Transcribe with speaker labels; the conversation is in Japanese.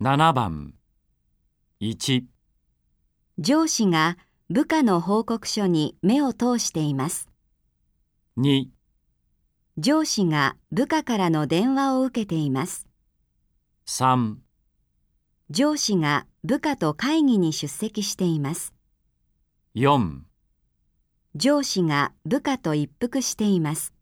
Speaker 1: 7番1、
Speaker 2: 上司が部下の報告書に目を通しています。
Speaker 1: 2、
Speaker 2: 上司が部下からの電話を受けています。
Speaker 1: 3、
Speaker 2: 上司が部下と会議に出席しています。
Speaker 1: 4
Speaker 2: 上司が部下と一服しています。